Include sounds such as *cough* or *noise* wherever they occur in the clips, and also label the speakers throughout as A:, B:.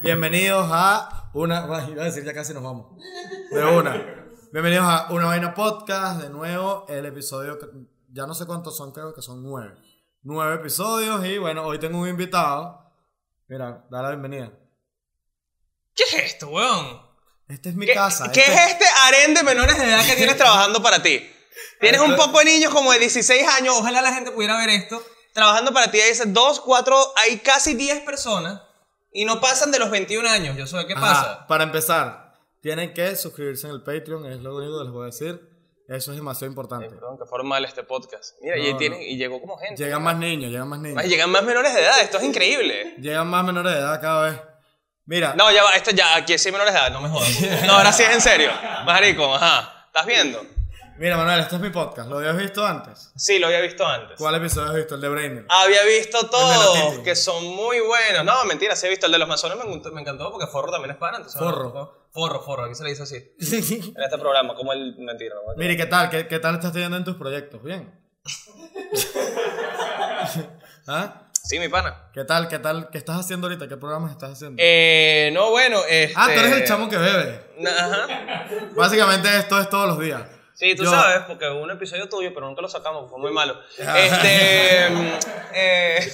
A: Bienvenidos a una. bueno, Iba a decir, ya casi nos vamos. De una. Bienvenidos a Una Vaina Podcast. De nuevo, el episodio. que- Ya no sé cuántos son, creo que son nueve. Nueve episodios. Y bueno, hoy tengo un invitado. Mira, da la bienvenida.
B: ¿Qué es esto, weón?
A: Esta es mi
B: ¿Qué,
A: casa.
B: qué
A: este-
B: es este harén de menores de edad que tienes trabajando para ti? Tienes un
A: Este-
B: poco de niños como de 16 años, ojalá la gente pudiera ver esto, trabajando para ti. Ahí dice 2, 4, hay casi 10 personas y no pasan de los 21 años. Yo sé qué
A: Ajá,
B: pasa.
A: Para empezar, tienen que suscribirse en el Patreon. Es lo único que les voy a decir. Eso es demasiado importante.
B: Perdón, qué formal este podcast. Mira,
A: No,
B: y, ahí
A: no.
B: tienen- y llegó como gente.
A: Llegan más niños, llegan más niños.
B: Ay, llegan más menores de edad, esto es increíble.
A: Llegan más menores de edad cada vez. Mira,
B: No, ya va, esto ya, aquí sí hay menores de edad, no me jodas. No, ahora sí es en serio. Marico, ajá. ¿Estás viendo?
A: mira Manuel, este es mi podcast. ¿Lo habías visto antes?
B: Sí, lo había visto antes.
A: ¿Cuál episodio has visto? El de Brainer.
B: Había visto
A: El de la
B: todos,
A: Titi.
B: que son muy buenos. No, mentira, sí he visto el de los masones, me encantó, me encantó porque Forro también es pana. entonces-
A: Forro.
B: Forro, Forro, aquí se le dice así.
A: *laughs*
B: En este programa, como el... Mentira. no,
A: Mire, ¿qué tal? ¿Qué, qué tal estás teniendo en tus proyectos? ¿Bien? *laughs* ¿Ah?
B: Sí, mi pana.
A: ¿Qué tal? ¿Qué tal? ¿Qué estás haciendo ahorita? ¿Qué programas estás haciendo?
B: Eh, no, bueno, este...
A: ah, tú eres el chamo que bebe.
B: Na- Ajá.
A: Básicamente esto es todos los días.
B: Sí, tú
A: Yo-
B: sabes, porque hubo un episodio tuyo, pero nunca lo sacamos, fue muy malo.
A: Ah. *laughs*
B: Este... mm, eh,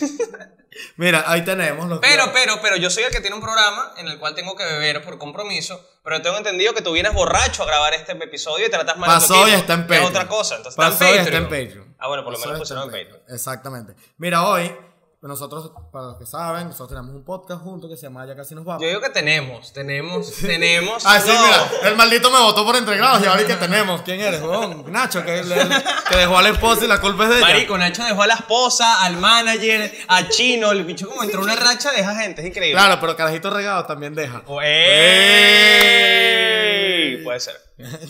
B: *laughs*
A: Mira, ahí tenemos los...
B: pero,
A: videos.
B: pero, pero, yo soy el que tiene un programa en el cual tengo que beber por compromiso, pero tengo entendido que tú vienes borracho a grabar este episodio y tratas mal a tu
A: Pasó y
B: equipo,
A: está en
B: que
A: Patreon.
B: Es otra cosa, entonces
A: Pasó
B: está en
A: y está en
B: Patreon.
A: Patreon.
B: Ah, bueno, por lo
A: Pasó y
B: menos
A: está
B: pusieron en Patreon.
A: Exactamente. Mira, hoy, nosotros, para los que saben, nosotros tenemos un podcast juntos que se llama Ya Casi Nos Vamos.
B: Yo digo que tenemos, tenemos, tenemos.
A: Ah, *laughs* sí,
B: no.
A: mira, el maldito me votó por entregados y ahora ¿y qué tenemos? ¿Quién eres, huevón? Nacho, que, le- que dejó a la esposa y la culpa es de ella.
B: Marico, Nacho dejó a la esposa, al manager, a Chino, el bicho como entró una racha de esa gente, es increíble.
A: Claro, pero carajito regado también deja.
B: ¡Ey! Puede ser.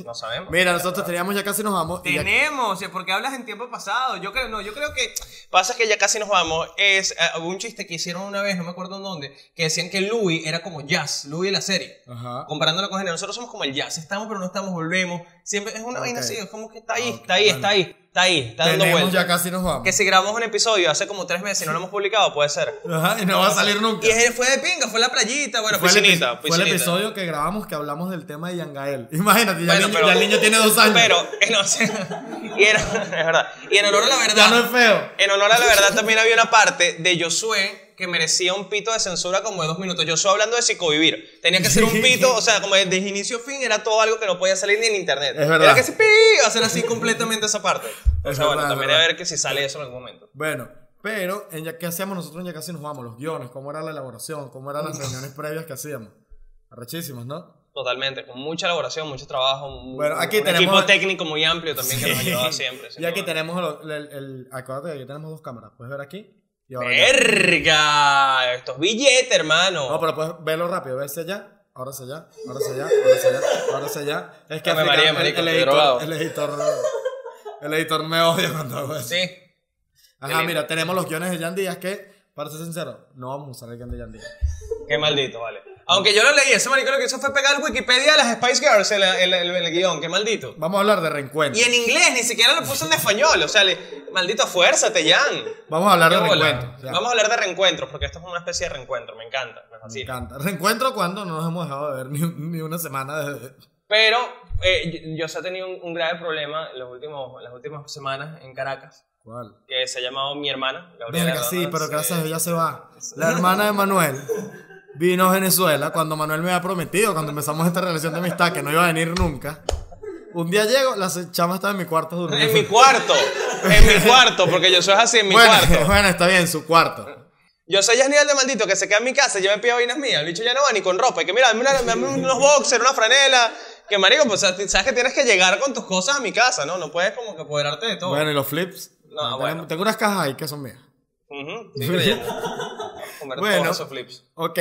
B: No sabemos.
A: Mira, nosotros teníamos ya casi nos vamos. y ya-
B: Tenemos, porque hablas en tiempo pasado. Yo creo, no, yo creo que pasa que ya casi nos vamos. Es eh, hubo un chiste que hicieron una vez, no me acuerdo en dónde, que decían que Louis era como jazz, Louis de la serie.
A: Ajá.
B: Comparándolo con género, nosotros somos como el jazz, estamos pero no estamos, volvemos. Siempre es una vaina
A: Ok.
B: así, es como que está ahí,
A: Ah, ok,
B: está ahí,
A: bueno.
B: está ahí, está ahí, está dando
A: Tenemos
B: vueltas.
A: ya casi nos vamos.
B: Que si grabamos un episodio hace como tres meses y no lo hemos publicado, puede ser.
A: Ajá, y no va a salir nunca.
B: Y es- fue de pinga, fue la playita, bueno,
A: Fue el epi-
B: piscinita,
A: fue el
B: piscinita.
A: episodio que grabamos que hablamos del tema de Yangael. *laughs* Imagínate, ya, el
B: Bueno,
A: niño,
B: pero-
A: ya el niño tiene dos años.
B: Pero, en, o sea, *laughs* y en- es verdad. Y en honor a la verdad.
A: ya no es feo.
B: En honor a la verdad también había una parte de Josué que merecía un pito de censura como de dos minutos. Josué hablando de psicovivir. Tenía que ser un pito, o sea, como desde inicio a fin era todo algo que no podía salir ni en internet.
A: Es verdad.
B: Era que se pi, hacer así completamente esa parte. O
A: Es
B: sea, bueno,
A: verdad,
B: también
A: es
B: a
A: verdad.
B: ver que si sale eso en algún momento.
A: Bueno, pero en ya, ¿qué hacíamos nosotros en Ya casi nos vamos? Los guiones, cómo era la elaboración, cómo eran las reuniones previas que hacíamos. Arrechísimos, ¿no?
B: Totalmente, con mucha elaboración, mucho trabajo, un,
A: Bueno, aquí
B: un
A: tenemos-
B: equipo técnico muy amplio también que
A: *laughs*
B: nos ayudaba siempre.
A: Y aquí tenemos lo- el, el- acuérdate que aquí tenemos dos cámaras. Puedes ver aquí y ahora. allá.
B: ¡Verga! Estos billetes, hermano.
A: No, pues, pero puedes verlo rápido, ves hacia allá, ahora hacia allá, ahora hacia allá, ahora hacia allá, ahora hacia allá. Es que
B: Ave María,
A: el-
B: marico,
A: el,
B: estoy drogado.
A: editor, el editor el editor me odia cuando hago eso.
B: Sí.
A: Ajá,
B: el-
A: mira, tenemos los guiones de Jan Díaz que, para ser sincero, no vamos a usar el guión de Jan Díaz.
B: Qué maldito, vale. Aunque yo lo leí, ese marico lo que hizo fue pegar el Wikipedia a las Spice Girls, el, el, el- el guión, qué maldito.
A: Vamos a hablar de reencuentro.
B: Y en inglés, ni siquiera lo puso en español, o sea, le, maldito, fuérzate, Jan.
A: Vamos a hablar
B: Qué
A: de
B: bola.
A: reencuentro. ya.
B: Vamos a hablar de reencuentros, porque esto es una especie de reencuentro, me encanta, me
A: Me
B: fascina.
A: encanta. Reencuentro cuando no nos hemos dejado de ver ni, ni una semana desde.
B: Pero eh, yo, yo he tenido un, un grave problema en, los últimos, en las últimas semanas en Caracas,
A: ¿Cuál?
B: que se ha llamado mi hermana, Gabriela.
A: Verga, sí,
B: Hernández,
A: pero gracias a
B: eh,
A: Dios ya se va. La hermana de Manuel vino a Venezuela cuando Manuel me había prometido, cuando empezamos esta relación de amistad, que no iba a venir nunca. Un día llego, la se- chama estaba en mi cuarto durmiendo.
B: En mi cuarto, en mi cuarto, porque yo soy así, en mi
A: bueno, *laughs*
B: cuarto.
A: bueno, está bien, su cuarto.
B: Yo soy nivel de maldito que se queda en mi casa y yo me pido vainas mías. El bicho ya no va ni con ropa. Y que mira, dame, una- dame unos boxers, una franela. Que marico, pues sabes que tienes que llegar con tus cosas a mi casa, ¿no? No puedes como que apoderarte de todo.
A: Bueno, y los flips.
B: No,
A: tengo,
B: bueno.
A: tengo unas cajas ahí que son mías. *laughs*
B: Ujú, sí, creyendo. Comer
A: Bueno.
B: todos esos flips.
A: Ok,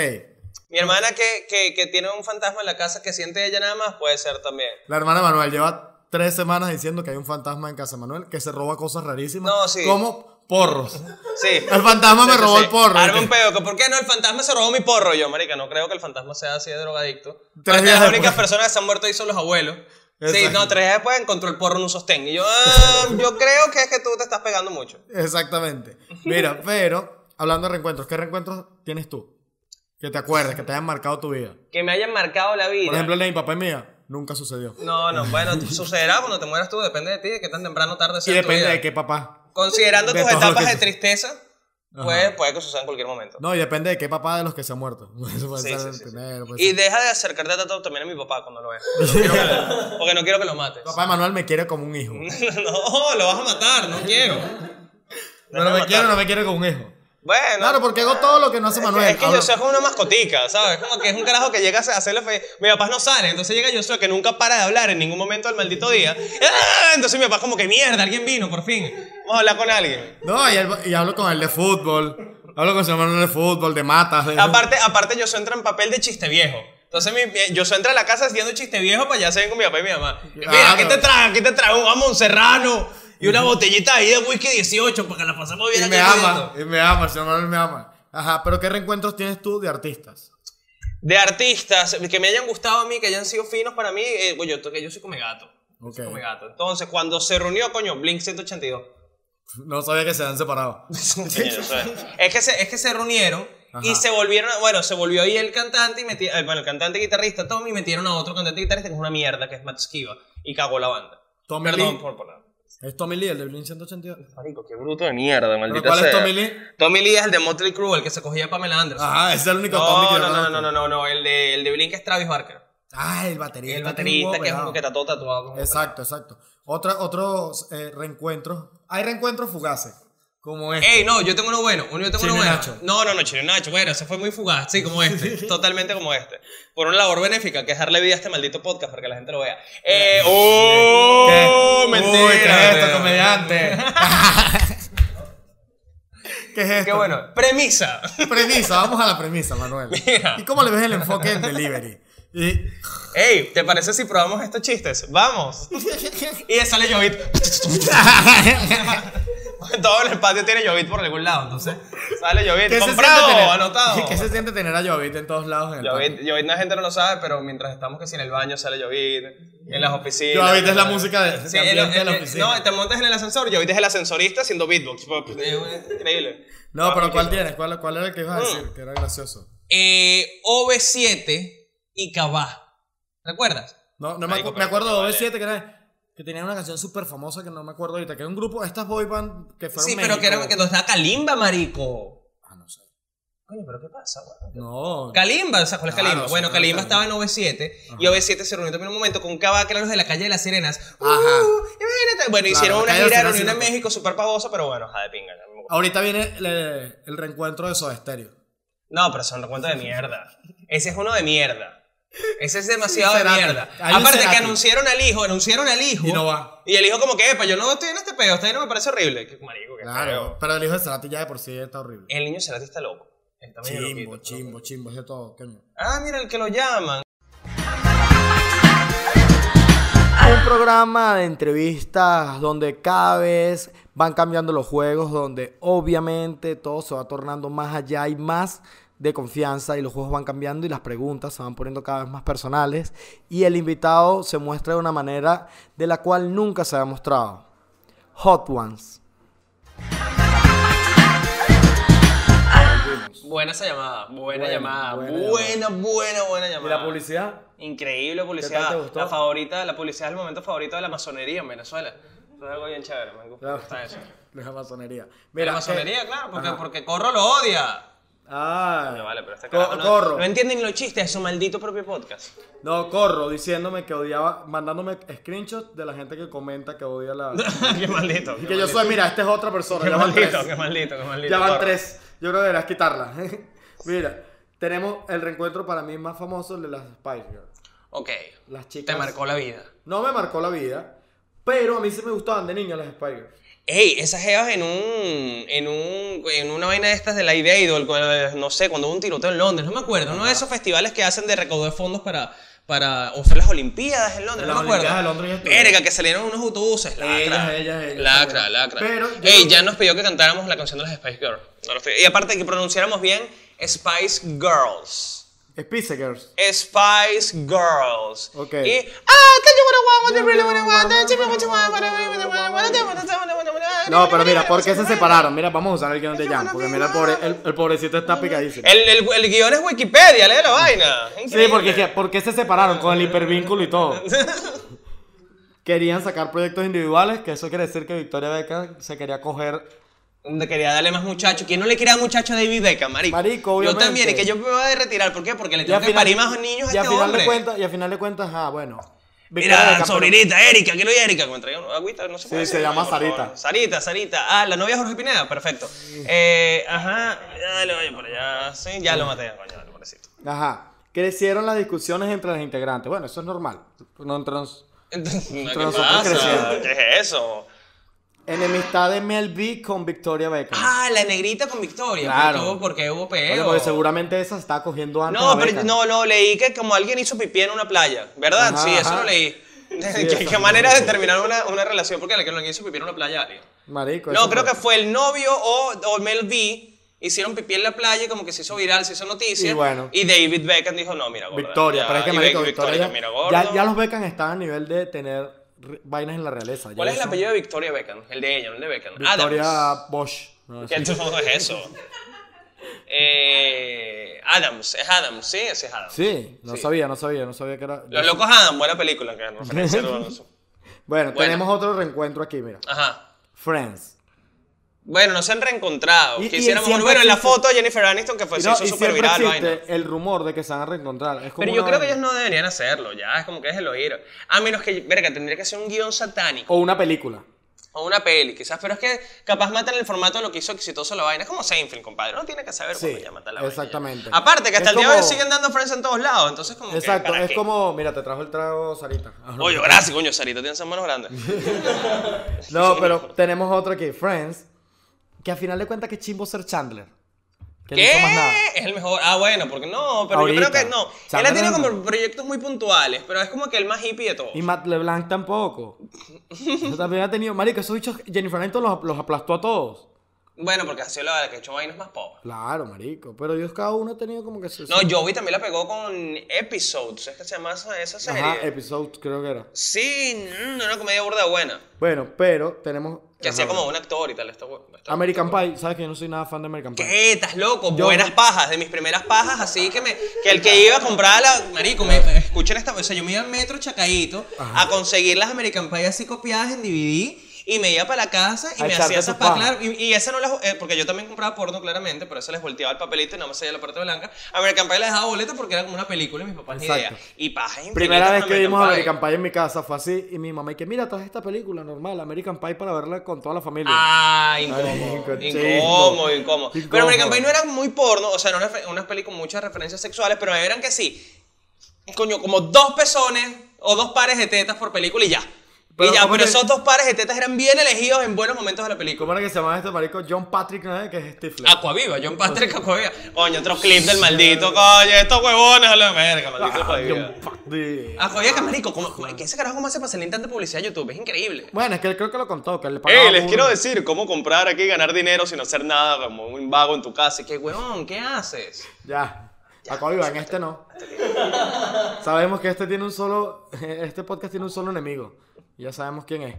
B: Mi hermana que, que, que tiene un fantasma en la casa que siente ella nada más, puede ser también.
A: la hermana de Manuel lleva tres semanas diciendo que hay un fantasma en casa de Manuel que se roba cosas rarísimas.
B: No, sí.
A: Como porros.
B: Sí.
A: El fantasma me
B: Sí, sí,
A: robó
B: sí.
A: el porro.
B: Arma
A: ¿ok?
B: un pedo, que ¿por qué no? El fantasma se robó mi porro. Yo, marica, no creo que el fantasma sea así de drogadicto.
A: Tres
B: Porque
A: días
B: las
A: después.
B: únicas personas que se han muerto ahí son los abuelos. Sí,
A: Exacto.
B: no, tres días después encontró el porro en un sostén. Y yo, ah, yo creo que es que tú te estás pegando mucho. *laughs*
A: Exactamente. Mira, pero hablando de reencuentros, ¿qué reencuentros tienes tú? Que te acuerdes, que te hayan marcado tu vida.
B: que me hayan marcado la vida.
A: Por ejemplo, la de mi papá y mía, nunca sucedió.
B: no, no, bueno, sucederá cuando te mueras tú, depende de ti, de qué tan temprano tarde
A: Y
B: sea tu
A: depende
B: vida.
A: de qué papá.
B: Considerando
A: de
B: tus
A: todo lo
B: etapas
A: que-
B: de tristeza,
A: Ajá.
B: puede, puede que suceda en cualquier momento.
A: No, y depende de qué papá de los que se ha muerto. *laughs* Eso puede
B: Sí,
A: ser
B: sí,
A: el
B: sí, sí.
A: primero. pues puede
B: Y
A: ser-
B: deja de acercarte tanto también a mi papá cuando lo veas. No quiero que
A: *laughs*
B: lo- Porque no quiero que lo mates.
A: Papá Manuel me quiere como un hijo.
B: *laughs* Mm, No, lo vas a matar, no quiero.
A: Pero me
B: matar.
A: quiere o no me quiere como un hijo.
B: Bueno.
A: Claro, porque hago todo lo que no hace Manuel.
B: Es que
A: Hablo-
B: Joshua es como una mascotica, ¿sabes? Como que es un carajo que llega a hacerle fe. Mi papá no sale, entonces llega Joshua que nunca para de hablar en ningún momento del maldito día. ¡Ah! Entonces mi papá como que mierda, alguien vino, por fin. Vamos a hablar con alguien.
A: No, y, él- y hablo con él de fútbol. Hablo con su hermano de fútbol, de matas. de-
B: Aparte, aparte Joshua entra en papel de chiste viejo. Entonces mi, mi- Joshua entra a la casa haciendo chiste viejo para ya se ven con mi papá y mi mamá. Mira,
A: Claro.
B: ¿qué te trae? ¿Qué te trae? Un jamón serrano y una botellita ahí de whisky 18 para que la pasemos bien.
A: Y
B: aquí
A: me ama,
B: comiendo.
A: y me ama, su hermano me ama. Ajá, pero ¿qué reencuentros tienes tú de artistas?
B: De artistas que me hayan gustado a mí, que hayan sido finos para mí, eh, güey, yo, que yo soy come gato.
A: Ok.
B: Come gato. Entonces, cuando se reunió, coño, Blink 182.
A: No sabía que se han separado.
B: *laughs* es, que se, es que se reunieron y
A: Ajá.
B: se volvieron. Bueno, se volvió ahí el cantante y meti- eh, Bueno, el cantante y guitarrista Tommy metieron a otro cantante y guitarrista que es una mierda, que es Matt Esquiva. Y cagó la banda.
A: Tommy
B: Perdón
A: Lee.
B: por poner.
A: ¿Es Tommy Lee el de Blink 182?
B: Marico, qué bruto de mierda, maldita
A: ¿Pero cuál es
B: sea. Ah,
A: Tommy Lee?
B: Tommy Lee es el de Motley Crue, el que se cogía a Pamela Anderson.
A: Ajá, ese es el único Tommy
B: no,
A: que yo
B: no, no,
A: conozco.
B: no, no, no, no, el de, el de Blink es Travis Barker.
A: Ah, el baterista.
B: El
A: que un
B: baterista
A: huevo
B: que es
A: pelado.
B: como que está todo tatuado. como-
A: Exacto, exacto. Otra, otros eh, reencuentros. Hay reencuentros fugaces, como este.
B: Ey, no, yo tengo uno bueno. Uno, yo tengo
A: Chino
B: uno bueno.
A: Nacho.
B: No, no, no, Chino Nacho. Bueno, se fue muy fugaz.
A: *laughs*
B: Sí, como este. totalmente como este. Por una labor benéfica, que es darle vida a este maldito podcast para que la gente lo vea. Eh, ¡Oh!
A: ¿Qué?
B: Mentira.
A: Uy, ¿qué es esto,
B: weón.
A: comediante? *laughs* ¿Qué es esto?
B: Qué bueno. Premisa.
A: Premisa, vamos a la premisa, Manuel.
B: Mira.
A: ¿Y cómo le ves el enfoque en delivery?
B: *laughs*
A: Y...
B: Ey, ¿te parece si probamos estos chistes? Vamos. Y ahí sale Jovit. *laughs* Todo el patio tiene Jovit por algún lado, entonces. Sale Jovit. Comprado, anotado.
A: ¿Qué se siente tener a Jovit en todos lados? En el
B: Jovit,
A: patio?
B: Jovit, la gente no lo sabe, pero mientras estamos que si en el baño sale Jovit, en las oficinas.
A: Jovit es la música de- de
B: Sí,
A: ambiente
B: el- el-
A: de la oficina.
B: No, te montas en el ascensor, Jovit es el ascensorista haciendo beatbox. Increíble.
A: No, pero ¿cuál tienes? ¿Cuál, ¿Cuál era el que ibas a decir? Que era gracioso.
B: Eh, OV7 y Cabá. ¿Recuerdas?
A: No, no me,
B: Marico,
A: acu- me
B: pero
A: acuerdo de OV7 que era... Que tenía una canción súper famosa que no me acuerdo ahorita. Que era un grupo, estas boy band que fueron
B: Sí, pero que era que
A: México.
B: nos da Kalimba, marico.
A: Ah, no sé.
B: Coño, pero ¿qué pasa, weón?
A: No.
B: Kalimba, o sea, ¿cuál es
A: Claro,
B: Kalimba?
A: sí,
B: bueno,
A: claro, Kalimba.
B: Kalimba estaba en OV7 y OV7 se reunió también un momento con Cava, que eran los de la calle de las Sirenas. Uh,
A: Ajá.
B: imagínate. Bueno, hicieron
A: la
B: una
A: calle de
B: gira de
A: las
B: reunión en
A: Sirenas.
B: México súper pavosa, pero bueno, ja de pinga. no me gusta.
A: Ahorita viene el, el reencuentro de Soda Stereo.
B: No, pero son cuentos de mierda. Ese es uno de mierda. Ese es demasiado de
A: Cerati.
B: mierda.
A: Hay un
B: Aparte que
A: Cerati.
B: anunciaron al hijo, anunciaron al hijo.
A: Y no va.
B: Y el hijo como que, epa, yo no estoy en este pedo, este ahí no me parece horrible. Qué marico, qué
A: Claro.
B: feo.
A: Pero el hijo de Cerati ya de por sí está horrible.
B: El niño Cerati está loco. Está medio
A: Chimbo,
B: loquito.
A: chimbo, chimbo, es de todo, coño.
B: Ah, mira el que lo llaman.
C: Un programa de entrevistas donde cada vez van cambiando los juegos, donde obviamente todo se va tornando más allá y más de confianza y los juegos van cambiando y las preguntas se van poniendo cada vez más personales y el invitado se muestra de una manera de la cual nunca se ha mostrado. Hot Ones.
B: Buena esa llamada, buena,
A: Buena,
B: llamada.
A: buena
B: Buena, buena, buena llamada.
A: publicidad?
B: Increíble publicidad.
A: ¿Qué tal te gustó?
B: La favorita, la publicidad es el momento favorito de la masonería en Venezuela. Eso es algo bien chévere, me gusta
A: Claro.
B: eso.
A: La masonería.
B: la eh,
A: que-
B: masonería, claro, porque,
A: Ajá.
B: porque Corro lo odia.
A: Ah,
B: No, vale, pero este
A: Co-
B: carajo no,
A: corro.
B: no entienden los chistes de su maldito propio podcast. *laughs*
A: No, corro diciéndome que odiaba, mandándome screenshots de la gente que comenta que odia
B: *laughs*
A: la.
B: qué maldito.
A: y
B: qué
A: que yo
B: maldito,
A: soy, mira, esta es otra persona.
B: Qué
A: Ya van
B: maldito,
A: tres.
B: qué maldito, qué maldito.
A: Ya van
B: Corro.
A: tres. Yo creo que deberás quitarla. *laughs* mira, tenemos el reencuentro para mí más famoso, el de las Spice Girls.
B: Ok.
A: Las chicas.
B: Te marcó la vida.
A: No me marcó la vida, pero a mí sí me gustaban de niño las Spice Girls.
B: Ey, esas jevas en un, en un, en una vaina de estas de la idea Idol, cuando- no sé, cuando hubo un tiroteo en Londres, no me acuerdo, uno de esos festivales que hacen de recaudar fondos para, para, o fue las Olimpiadas en Londres,
A: Las
B: no me acuerdo.
A: Olimpiadas de Londres ya estuvieron.
B: Verga, que salieron unos autobuses, lacra.
A: Ellas, ellas, ellas.
B: Lacra, lacra.
A: Pero yo
B: Ey,
A: creo
B: ya
A: que-
B: nos pidió que cantáramos la canción de las Spice Girls. No lo estoy- Y aparte que pronunciáramos bien Spice Girls.
A: Spice Girls.
B: Spice Girls.
A: Ok.
B: Y, ah, tell you what I want, what I really what I want, tell you what you want, what I really, what I want, tell you what I want, what I
A: No, pero mira, ¿por qué se separaron? Mira, vamos a usar el guión de Jan. Porque mira, el, pobre, el, el pobrecito está picadísimo.
B: El, el, el guión es Wikipedia, lee la vaina.
A: Sí,
B: Increíble.
A: porque, es que- ¿por qué se separaron con el hipervínculo y
B: *laughs*
A: todo? Querían sacar proyectos individuales, que eso quiere decir que Victoria Beca se quería coger.
B: Donde quería darle más muchachos. ¿Quién no le quería muchacho a David Beckham, marico?
A: Marico,
B: Yo
A: obviamente.
B: también, y que yo me voy a retirar. ¿Por qué? Porque le
A: Y
B: tengo
A: al
B: que
A: final-
B: parir más niños a
A: y al
B: este
A: final de
B: hombre.
A: cuentas- Y al final de cuentas, ah, bueno. Victoria Beckham,
B: Mira,
A: pero-
B: sobrinita, Erika, quiero ir Erika, que me traiga una agüita, no sé
A: Sí, se llama Sarita.
B: Sarita, Sarita. Ah, la novia de Jorge Pineda, perfecto. Eh, ajá, dale, oye, por allá. Sí, ya lo maté, coño, dale, pobrecito.
A: Ajá. Crecieron las discusiones entre las integrantes. Bueno, eso es normal. No, entre nos-
B: Entonces, ¿Qué
A: Pero nosotros
B: pasa?
A: creciendo.
B: ¿Qué es eso?
A: Enemistad de Mel B con Victoria Beckham.
B: Ah, la negrita con Victoria.
A: Claro.
B: Porque hubo, porque
A: Oye,
B: hubo
A: pues,
B: peo.
A: porque seguramente esa se está cogiendo antes. a
B: No, pero
A: Beckham.
B: no, no, leí que como alguien hizo pipí en una playa, ¿verdad?
A: Ajá,
B: sí, eso
A: ajá.
B: lo leí. *laughs* ¿Qué,
A: eso
B: qué
A: lo
B: manera de terminar una, una relación? Porque la que alguien hizo pipí en una playa, alguien.
A: Marico.
B: No,
A: eso
B: creo
A: fue.
B: que fue el novio o, o Mel B. Hicieron pipí en la playa, y como que se hizo viral, se hizo noticia.
A: Y bueno.
B: y David Beckham dijo, no, mira, gorda.
A: Victoria,
B: ya,
A: pero es que
B: y
A: marico,
B: Vic-
A: Victoria,
B: Victoria,
A: ya-
B: mira,
A: ya,
B: gorda.
A: ya los Beckham están a nivel de tener r- vainas en la realeza. Ya
B: ¿Cuál es el
A: eso-
B: apellido de Victoria Beckham? El de ella, no el de Beckham.
A: Victoria
B: Adams.
A: Bosch. No,
B: ¿Qué chulo es eso? Eh, Adams, es Adams, sí, ese es Adams.
A: Sí, no
B: Sí.
A: sabía, no sabía, no sabía que era.
B: Los Locos Adams, buena película, que nos
A: *laughs*
B: referenciaron a eso.
A: Bueno,
B: Bueno.
A: tenemos otro reencuentro aquí, mira.
B: Ajá.
A: Friends.
B: Bueno, no se han reencontrado.
A: Y- y
B: Quisiéramos.
A: siempre
B: bueno, en la
A: existe-
B: foto Jennifer Aniston, que fue
A: Y,
B: se
A: no,
B: hizo
A: y
B: súper
A: siempre
B: viral,
A: existe
B: vaina.
A: el rumor de que se van a reencontrar. Es como
B: Pero yo
A: una
B: creo que
A: vaina.
B: ellos no deberían hacerlo, ya. Es como que es el oír. A menos que, verga, tendría que ser un guión satánico
A: O una película.
B: o una peli, quizás. Pero es que capaz matan el formato de lo que hizo exitoso la vaina. Es como Seinfeld, compadre. No tiene que saber
A: Sí,
B: cuándo ya matar la vaina. ya.
A: exactamente.
B: Aparte, que hasta
A: Es
B: el día de hoy
A: como-
B: siguen dando friends en todos lados. Entonces, como que,
A: Exacto,
B: ¿para
A: es
B: qué?
A: como. Mira, te trajo el trago, Sarita. Ah, no.
B: Oye, gracias, coño, Sarita, tienes esas
A: *laughs*
B: manos grandes.
A: No, pero tenemos otro aquí, Friends, que al final de cuentas que chimbo ser Chandler. Que no
B: ¿Qué?
A: hizo más nada.
B: Es el mejor. Ah, bueno, porque no, pero yo
A: Ahorita.
B: creo que no. Él
A: Chandler
B: ha tenido
A: no.
B: como proyectos muy puntuales, pero es como que el más hippie de todos.
A: Y Matt LeBlanc tampoco. Eso también ha tenido. Marico, esos bichos, Jennifer Aniston los, los aplastó a todos.
B: Bueno, porque ha sido la que ha hecho vainas más pop.
A: Claro, marico. Pero ellos cada uno ha tenido como que su.
B: No, Joey también la pegó con Episodes, es que se llama esa, esa serie.
A: Ajá, episode, creo que era.
B: sí, mm, una comedia burda buena.
A: Bueno, pero tenemos.
B: Que
A: ajá,
B: hacía como un actor y tal. Esta, esta-
A: American Pie. Sabes que yo no soy nada fan de American Pie.
B: ¿Qué? ¿Estás loco?
A: Yo-
B: Buenas pajas, de mis primeras pajas, así que me, que el que iba a comprar la. Marico, me, me- escuchen esta. O sea, yo me iba al metro chacaíto a conseguir las American Pie así copiadas en DVD y me iba para la casa y
A: A
B: me
A: echarte
B: hacía esas
A: tus
B: pajas.
A: pajas.
B: claro, y, y esa no las. eh, porque yo también compraba porno, claramente, pero esa les volteaba el papelito y nada más salía la parte blanca. American Pie la dejaba boleta porque era como una película y mis papás ni idea.
A: Exacto.
B: Y pajas infinitas
A: Primera
B: con
A: vez que vimos American
B: Pie.
A: Pie en mi casa fue así. Y mi mamá, y que mira, traje esta película normal, American Pie, para verla con toda la familia.
B: Ah,
A: Marico,
B: incómodo,
A: chico.
B: incómodo, incómodo. Pero American
A: Incómodo.
B: Pie no era muy porno, o sea, no era unas peli con muchas referencias sexuales, pero eran que sí, coño, como dos pezones o dos pares de tetas por película y ya.
A: Pero,
B: y ya,
A: ¿cómo
B: pero
A: que-
B: esos dos pares de tetas eran bien elegidos en buenos momentos de la película.
A: ¿Cómo era que se llamaba este marico? John Patrick, ¿no? Que es Stifler.
B: Aquaviva, John Patrick Aquaviva. Coño, otro clip del maldito, coño, estos huevones, a la verga, maldito Aquaviva.
A: Ah, John Patrick.
B: Aquaviva, que marico, ¿cómo, cómo- ¿qué ese carajo cómo hace para salir en tanta publicidad de YouTube? Es increíble.
A: Bueno, es que él creo que lo contó, que él le pagaba.
B: Ey, Eh, les
A: uno.
B: quiero decir cómo comprar aquí y ganar dinero sin hacer nada, como un vago en tu casa. Y que, weón, ¿qué haces?
A: Ya. Acabo en este no. sabemos que este tiene un solo. *laughs* Este podcast tiene un solo enemigo. Y ya sabemos quién es.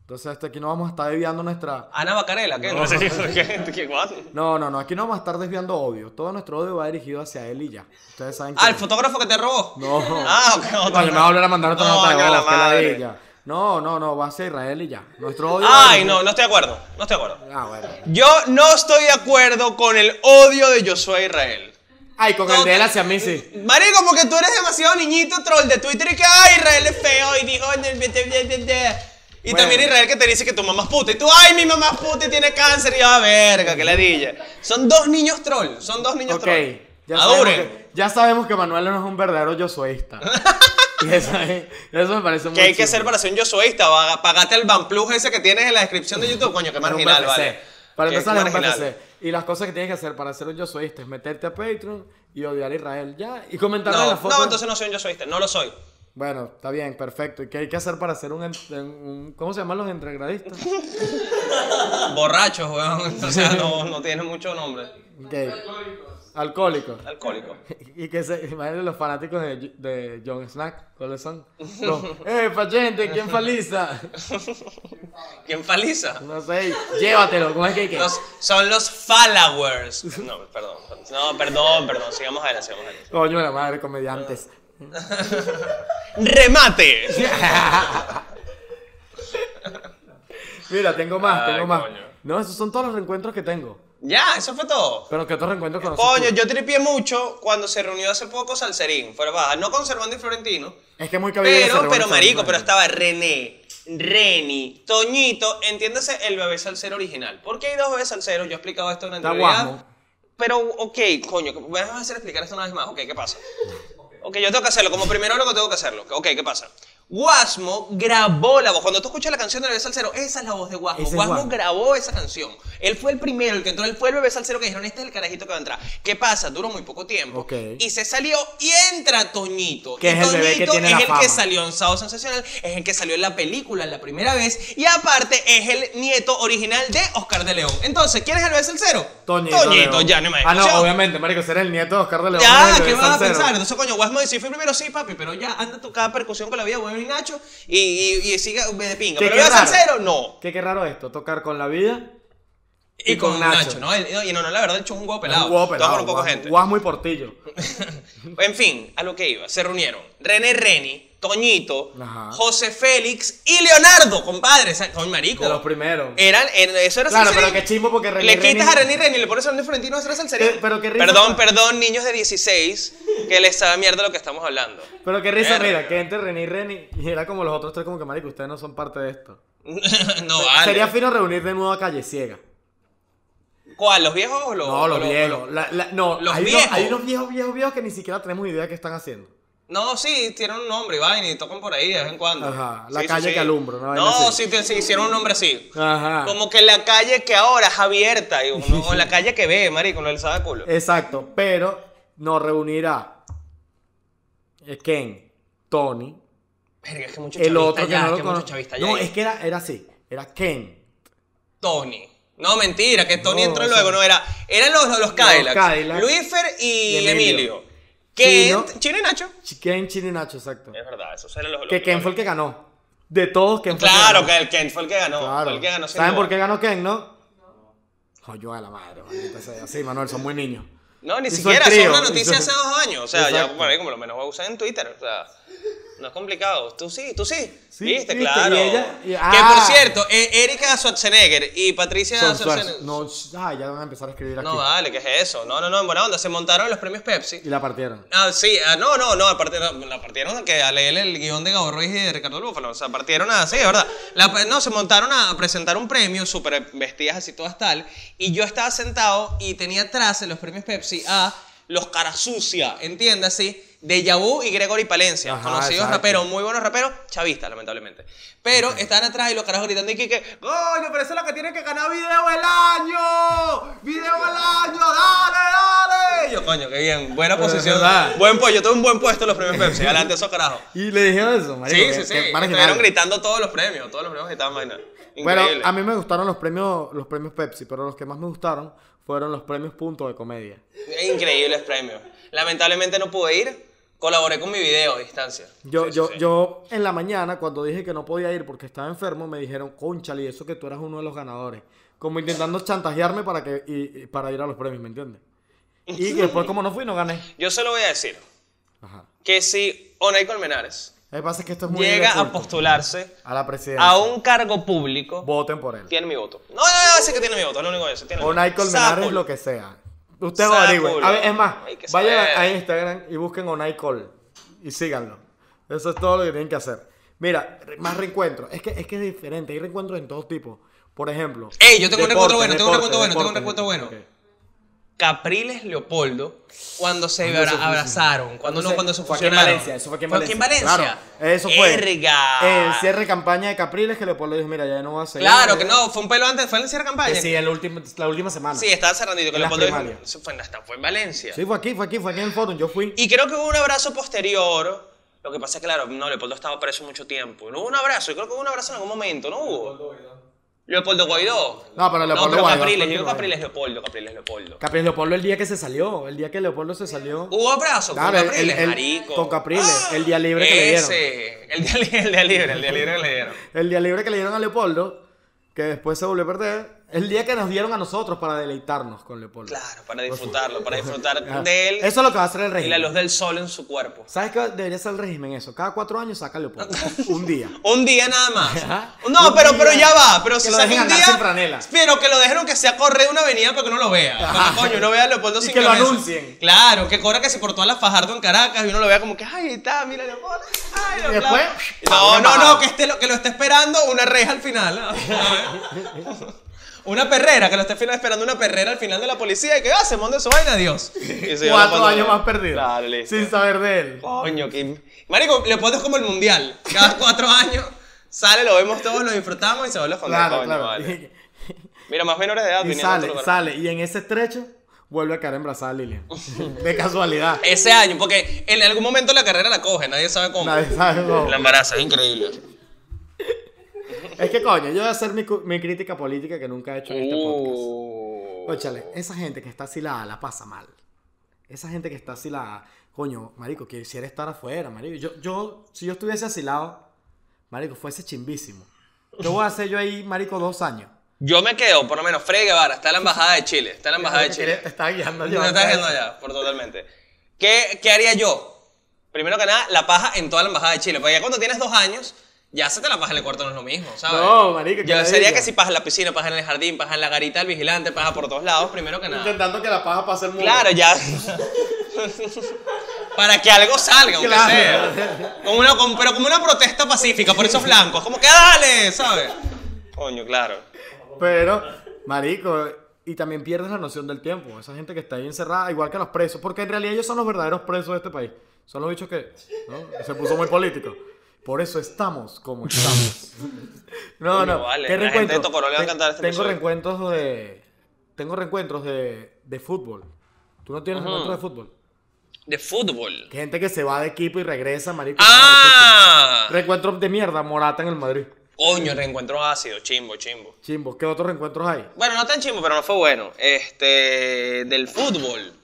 A: Entonces, este, aquí no vamos a estar desviando nuestra.
B: Ana Bacarela, ¿qué? No, sé *laughs* qué, qué, what?
A: No, no, no. Aquí no vamos a estar desviando odio. Todo nuestro odio va dirigido hacia él y ya. Ustedes saben
B: Ah, el
A: quién es.
B: fotógrafo que te robó.
A: No.
B: Ah, ok, otro.
A: Vale, me va a volver a mandar otra
B: No,
A: nota de
B: que la
A: voz, que la
B: madre.
A: de ella. No, no, no. Va hacia Israel y ya. Nuestro odio. va
B: Ay,
A: dirigido-
B: no, no estoy de acuerdo. No estoy de acuerdo.
A: Ah, bueno.
B: Yo no estoy de acuerdo con el odio de Joshua Israel.
A: Ay, con el
B: No,
A: de él
B: te-
A: hacia mí sí.
B: Marico, porque tú eres demasiado niñito troll de Twitter y que, ay, Israel es feo y dijo. "Ne- ne- ne- ne- ne". Y
A: Bueno.
B: también Israel que te dice que tu mamá es puta. Y tú, ay, mi mamá es puta y tiene cáncer. Y yo, "Ah, verga, que ladilla. Son dos niños troll. Son dos niños
A: Ok, ya
B: troll.
A: sabemos,
B: Aduren.
A: que, ya sabemos que Manuel no es un verdadero
B: *laughs*
A: yosueísta. y eso, es- eso me parece muy
B: ¿Qué hay que
A: chimbo.
B: hacer para ser un yosueísta? Va- Pagate el Banplug ese que tienes en la descripción de YouTube. Coño, qué
A: Es un
B: marginal,
A: PPC.
B: vale.
A: Para
B: Qué
A: empezar es un
B: marginal.
A: PPC. Y las cosas que tienes que hacer para ser un yosueísta es meterte a Patreon y odiar a Israel ya. Y comentar en
B: No,
A: la foto.
B: no, entonces no soy un yosueísta. No lo soy.
A: Bueno, está bien, perfecto. ¿Y qué hay que hacer para ser un, ent- un- ¿Cómo se llaman los
B: *laughs*
A: entregradistas?
B: Borrachos, weón. O sea, no, no tiene mucho nombre.
A: Ok. Alcohólico.
B: Alcohólico.
A: *laughs* Y que se imaginen los fanáticos de, de John Snack, ¿cuáles son? Los, ¡Eh, gente, ¿Quién faliza? *laughs*
B: *laughs* ¿Quién faliza?
A: No sé, llévatelo, ¿cómo es que hay que?
B: Los- son los followers. No, perdón. No, perdón, perdón. Sigamos adelante, sigamos adelante.
A: Coño de la madre,
B: *laughs*
A: comediantes.
B: ¡Remate!
A: Mira, tengo más,
B: Ay,
A: tengo más.
B: coño.
A: No, esos son todos los reencuentros que tengo.
B: Ya, eso fue todo.
A: Pero que otros reencuentros conoces
B: Coño,
A: tú?
B: yo tripié mucho cuando se reunió hace poco Salserín, fuera baja. No conservando y Florentino.
A: Es que muy cabello.
B: Pero, pero marico, pero estaba René, Reni, Toñito, entiéndase el bebé salsero original. ¿Por qué hay dos bebés salseros? Yo he explicado esto en la
A: Está
B: entrevista.
A: guasmo.
B: Pero, ok, coño, me vas a hacer explicar esto una vez más. Ok, ¿qué pasa? Ok, yo tengo que hacerlo, como primero lo que tengo que hacerlo. Ok, ¿qué pasa? Guasmo grabó la voz. Cuando tú escuchas la canción del bebé salsero, esa es la voz de Guasmo.
A: Ese es
B: Guasmo
A: Guasmo.
B: grabó esa canción. Él fue el primero, el que entró, él fue el bebé salsero que dijeron, este es el carajito que va a entrar. ¿Qué pasa? Duró muy poco tiempo.
A: Ok.
B: Y se salió y entra Toñito.
A: Que
B: Y
A: es el bebé que
B: Toñito
A: tiene
B: es
A: la
B: el
A: fama.
B: que salió en Sábado Sensacional, es el que salió en la película la primera vez y aparte es el nieto original de Oscar de León. Entonces, ¿quién es el bebé salsero?
A: Toñito, León.
B: ya no me
A: Ah, no,
B: Yo-
A: obviamente, marico, será el nieto de Oscar de León. no es
B: ya,
A: el
B: ¿qué
A: bebé
B: vas a
A: Salcero.
B: pensar? Entonces, coño, Guasmo dice, fue primero, sí, papi, pero ya, anda tu cada percusión con la vida, bueno y Nacho, y, y, y sigue de pinga.
A: Que
B: Pero
A: qué
B: el
A: raro.
B: salsero, no.
A: Qué, qué raro esto, tocar con la vida
B: Y, con, Nacho, ¿no? El- y no, no, la verdad, el hecho es un huevo pelado.
A: Un huevo pelado,
B: Todo con poco
A: guas-
B: gente.
A: Guasmo y portillo.
B: En fin, a lo que iba, se reunieron René Reni, Toñito,
A: Ajá.
B: José Félix y Leonardo, compadre, o sea, con marico.
A: De los primeros.
B: Eran, er- eso era
A: Claro,
B: salserín.
A: pero qué chimbo porque René
B: Le quitas
A: Reni-
B: a René Reni y le pones a René Florentino, eso era salserín.
A: Eh, pero qué risa.
B: Perdón, perdón, niños de 16, que les sabe mierda lo que estamos hablando.
A: Pero qué risa,
B: Verga.
A: mira, que entre René y Reni. Y era como los otros tres, como que, marico, ustedes no son parte de esto.
B: *laughs* no vale.
A: Sería fino reunir de nuevo a Calle Ciega.
B: ¿Cuál? ¿Los viejos o los
A: No,
B: o
A: los viejos. La- la- no,
B: los
A: hay,
B: viejos.
A: Unos, hay unos viejos, viejos, viejos que ni siquiera tenemos idea de qué están haciendo.
B: No, sí, tienen un nombre y vaina y tocan por ahí de vez en cuando.
A: Ajá, la
B: Sí, sí,
A: calle
B: sí.
A: que alumbra, una vaina
B: No,
A: así. Ah.
B: sí, te- sí, hicieron un nombre así.
A: Ajá.
B: Como que la calle que ahora es abierta, y uno,
A: *laughs*
B: o la calle que ve, marico, no le sabe culo.
A: Eh, Exacto, pero nos reunirá Ken, Tony,
B: Verga, es que mucho
A: el
B: chavista
A: otro que
B: ya,
A: no
B: es
A: lo
B: que mucho
A: conoce.
B: chavista
A: No,
B: ya.
A: es que era, era así, era Ken.
B: Tony. No, mentira, que Tony
A: No,
B: entró
A: eso
B: luego,
A: no.
B: no era. Eran los, los, Cadillacs.
A: Cadillacs.
B: Luífer y,
A: Y Emilio.
B: Emilio. Que
A: Chino.
B: Chino. y Nacho.
A: Ch- Ken, Chino y Nacho, exacto.
B: Es verdad, esos eran los.
A: Que
B: los-
A: Ken fue el que ganó. De todos, Ken fue
B: Claro,
A: el
B: que
A: que ganó.
B: el Ken fue el que ganó. Fue el que ganó sin
A: ¿Saben
B: duda.
A: por qué ganó Ken, no? Coño de la madre, maldita sea. Sí, Manuel, son muy niños.
B: No, ni
A: Hizo el
B: siquiera, eso es
A: trío,
B: una noticia
A: hizo-
B: hace dos años. O sea, ya
A: Exacto.
B: por ahí como lo menos voy a usar en Twitter. O sea, no es complicado. Tú sí, tú sí.
A: Sí, viste,
B: viste, claro.
A: y ella- y-
B: Que por
A: ah.
B: cierto, eh, Erika Schwarzenegger y Patricia
A: Son
B: Schwarzenegger.
A: suaves. No, sh- ah, ya van a empezar a escribir aquí.
B: No, vale, ¿qué es eso? No, no, no, en buena onda. Se montaron los premios Pepsi.
A: Y la partieron.
B: Ah, sí, ah, no, no, no, aparte, no, la partieron que a leer el guión de Gabo Ruiz y de Ricardo el Búfalo, o sea, partieron a, sí, es verdad, La- no, se montaron a presentar un premio, súper vestidas así todas tal, y yo estaba sentado y tenía atrás en los premios Pepsi a los cara sucia, entiéndase, de Yabú y Gregory Palencia,
A: Ajá,
B: conocidos
A: exacto.
B: raperos, muy buenos raperos, chavistas, lamentablemente, pero estaban atrás y los carajos gritando y que, que, coño, pero esa es la que tiene que ganar video del año, video del año, dale, dale, Y yo, coño, qué bien, buena
A: Pero es
B: posición,
A: verdad.
B: Buen pollo, yo tuve un buen puesto en los premios Pepsi. Adelante, esos carajos.
A: Y le dijeron eso, marico.
B: Sí,
A: que-
B: sí, sí.
A: que van a
B: Estuvieron
A: ganar.
B: gritando todos los premios, todos los premios que estaban vaina.
A: Bueno,
B: Increíble.
A: a mí me gustaron los premios, los premios Pepsi, pero los que más me gustaron fueron los premios punto de comedia.
B: Increíbles premios. Lamentablemente no pude ir. Colaboré con mi video a distancia.
A: Yo,
B: Sí, sí,
A: yo,
B: sí.
A: yo en la mañana, cuando dije que no podía ir porque estaba enfermo, me dijeron, conchale, y eso que tú eras uno de los ganadores. Como intentando chantajearme para que y- y para ir a los premios, ¿me entiendes? Y
B: *laughs*
A: después como no fui, no gané.
B: Yo solo voy a decir
A: Ajá.
B: que si Onay Colmenares
A: Lo que pasa es que esto es muy
B: llega
A: de
B: a
A: culto.
B: postularse
A: a la presidencia.
B: a un cargo público,
A: Voten por él.
B: tiene mi voto. No, no, no, sé que tiene mi voto, es lo único que sé. tiene mi
A: O Nike
B: voto.
A: Colmenares,
B: Sapo.
A: lo que sea. Usted
B: Sapo.
A: lo averigüe. A ver, es más,
B: Hay que saber.
A: vayan a Instagram y busquen o Nike Col y síganlo. Eso es todo lo que tienen que hacer. Mira, re- más reencuentros. Es que es, que es diferente. Hay reencuentros en todo tipo. Por ejemplo.
B: Ey, yo tengo un reencuentro
A: deporte,
B: bueno, tengo un
A: deporte,
B: reencuentro bueno, tengo un
A: deporte.
B: reencuentro Capriles Leopoldo cuando se
A: Cuando se
B: abra- abrazaron, cuando no,
A: se-
B: cuando se
A: fue aquí en
B: fusionaron.
A: Valencia, eso fue aquí en Valencia.
B: Valencia.
A: Claro, eso fue. Eh,
B: Verga.
A: El cierre de campaña de Capriles que Leopoldo dijo: Mira, ya no va a seguir.
B: Claro que no, fue un pelo antes, fue en el cierre de
A: Que
B: campaña.
A: sí, en la última, la última semana.
B: Sí, estaba cerrandito que
A: En las
B: Leopoldo dijo,
A: primarias.
B: "Eso fue, en- hasta fue en Valencia.
A: Sí, fue aquí, fue aquí, fue aquí en el forum. Yo fui.
B: Y creo que hubo un abrazo posterior. Lo que pasa es que, claro, no, Leopoldo estaba preso mucho tiempo. No hubo un abrazo, yo creo que hubo un abrazo en algún momento, ¿no hubo? Leopoldo Guaidó.
A: No, pero Leopoldo
B: pero
A: Guaidó,
B: Capriles,
A: Leopoldo
B: yo digo
A: Guaidó.
B: Capriles Leopoldo, Capriles Leopoldo.
A: Capriles Leopoldo el día que se salió, el día que Leopoldo se salió.
B: Hubo abrazo
A: Claro,
B: con
A: el-
B: Capriles,
A: el- el-
B: marico. Ah,
A: con Capriles, el día libre que le dieron.
B: Ese, el día, li- el día libre, el día libre que le
A: *laughs*
B: dieron.
A: El día libre que le dieron a Leopoldo, que después se volvió a perder. El día que nos dieron a nosotros para deleitarnos con Leopoldo.
B: Claro, para disfrutarlo, para disfrutar
A: Ajá.
B: de él
A: Eso Ah, es lo que va a hacer el
B: y la
A: régimen.
B: luz del sol en su cuerpo.
A: ¿Sabes qué debería ser el régimen eso? Cada cuatro años saca a
B: *laughs*
A: Leopoldo. Un día.
B: Un día nada
A: *laughs*
B: más.
A: Ajá.
B: No,
A: Un
B: pero,
A: día.
B: pero ya va. Pero
A: Que
B: si
A: lo
B: saca
A: dejen
B: un
A: andar
B: día.
A: sin franela.
B: Pero que lo dejen que sea correr una avenida para que uno lo vea. Para que, coño, uno vea a Leopoldo
A: Y
B: sin
A: que lo
B: cabeza.
A: anuncien.
B: Claro, que cobra que se cortó a la Fajardo en Caracas y uno lo vea como que, ay, está, mira Leopoldo. Ay, lo
A: Y después, "Ah,
B: clava".
A: a una
B: No, no, no,
A: embajada.
B: que, esté, lo- que lo esté esperando una reja al final. A ver. una perrera, que lo esté final- esperando una perrera al final de la policía y que, ah, se monte su vaina, adiós. Y se
A: *laughs*
B: va
A: Cuatro
B: Leopoldo.
A: años más perdido.
B: Claro, listo.
A: Sin saber de él.
B: Coño, que... Marico, Leopoldo es como el mundial.
A: *laughs*
B: Cada cuatro años sale, lo vemos todos, lo disfrutamos y se vuelve a joder.
A: Claro,
B: Coño,
A: claro.
B: vale.
A: Y-
B: Mira, más menores de edad
A: Y,
B: viniendo a otro
A: sale,
B: lugar.
A: sale. Y en ese estrecho vuelve a caer embarazada
B: *laughs*
A: Lilian. De casualidad.
B: Ese año, porque en algún momento la carrera la coge, nadie sabe cómo.
A: Nadie sabe, no.
B: La embaraza, es increíble.
A: Es que coño, yo voy a hacer mi, cu- mi crítica política que nunca he hecho en este podcast.
B: Uh.
A: Óchale, esa gente que está asilada la pasa mal. Esa gente que está asilada, coño, marico, quisiera estar afuera, marico. Yo, yo, si yo estuviese asilado, marico, fuese chimbísimo. ¿Qué voy a hacer yo ahí, marico, dos años?
B: Yo me quedo, por lo menos, Freddy Guevara, está en la embajada de Chile, está en la embajada de Chile.
A: Te está guiando
B: No, estás yendo allá, por totalmente. ¿Qué, qué haría yo? Primero que nada, la paja en toda la embajada de Chile. Porque ya cuando tienes dos años, ya se te la paja en el cuarto, no es lo mismo, ¿sabes?
A: No, marico, ¿qué
B: Yo
A: le
B: sería
A: digo?
B: que si paja en la piscina, paja en el jardín, paja en la garita del vigilante, paja por todos lados, primero que nada.
A: Intentando que la paja pase el mundo.
B: Claro, ya. Para que algo salga, aunque
A: Claro.
B: sea. Como una, como- pero como una protesta pacífica por esos blancos. Como que dale, ¿sabes? Coño, claro.
A: Pero, marico, y también pierdes la noción del tiempo. Esa gente que está ahí encerrada, igual que los presos, porque en realidad ellos son los verdaderos presos de este país. Son los bichos que ¿no? se puso muy político. Por eso estamos como
B: *laughs*
A: estamos. No,
B: Coño,
A: no.
B: vale,
A: ¿Qué
B: la gente
A: reencuentro?
B: de Tocoró le va a
A: Te-
B: encantar este
A: tengo
B: episodio.
A: reencuentros de. Tengo reencuentros de, de fútbol. ¿Tú no tienes reencuentros de fútbol?
B: De fútbol.
A: Gente que se va de equipo y regresa, marico.
B: ¡Ah!
A: Reencuentros de mierda, Morata en el Madrid.
B: Coño, reencuentro ácido, chimbo, chimbo.
A: Chimbo, ¿qué otros reencuentros hay?
B: Bueno, no tan chimbo, pero no fue bueno. Este. Del fútbol.